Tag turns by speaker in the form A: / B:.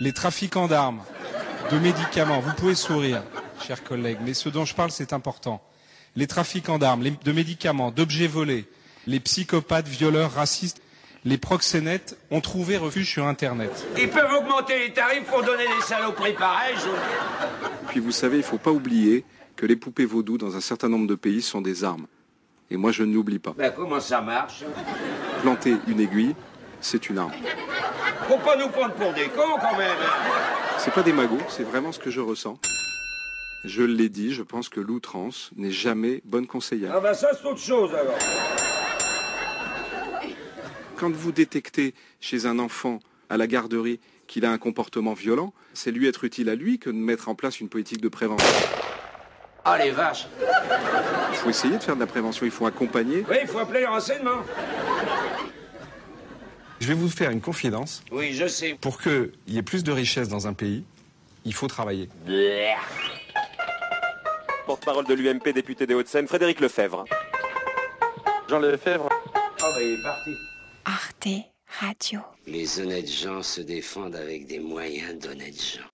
A: les trafiquants d'armes, de médicaments, vous pouvez sourire, chers collègues, mais ce dont je parle, c'est important. Les trafiquants d'armes, les- de médicaments, d'objets volés, les psychopathes, violeurs, racistes, les proxénètes ont trouvé refuge sur Internet.
B: Ils peuvent augmenter les tarifs pour donner des saloperies pareilles. je-
C: Puis vous savez, il ne faut pas oublier que les poupées vaudou dans un certain nombre de pays sont des armes. Et moi, je ne l'oublie pas.
B: Ben, comment ça marche
C: Planter une aiguille, c'est une arme.
B: Faut pas nous prendre pour des cons, quand même.
C: C'est pas des magots, c'est vraiment ce que je ressens. Je l'ai dit, je pense que l'outrance n'est jamais bonne conseillère.
B: Ah ben, ça, c'est autre chose, alors.
C: Quand vous détectez chez un enfant à la garderie qu'il a un comportement violent, c'est lui être utile à lui que de mettre en place une politique de prévention.
B: Ah, les vaches.
C: Il faut essayer de faire de la prévention, il faut accompagner.
B: Oui, il faut appeler les renseignements.
D: Je vais vous faire une confidence.
B: Oui, je sais.
D: Pour qu'il y ait plus de richesse dans un pays, il faut travailler.
B: Ah, ben,
E: Porte-parole de l'UMP, député des Hauts-de-Seine, Frédéric Lefebvre.
F: Jean Lefebvre.
B: Ah, ben, il est parti.
G: Arte Radio.
H: Les honnêtes gens se défendent avec des moyens d'honnêtes gens.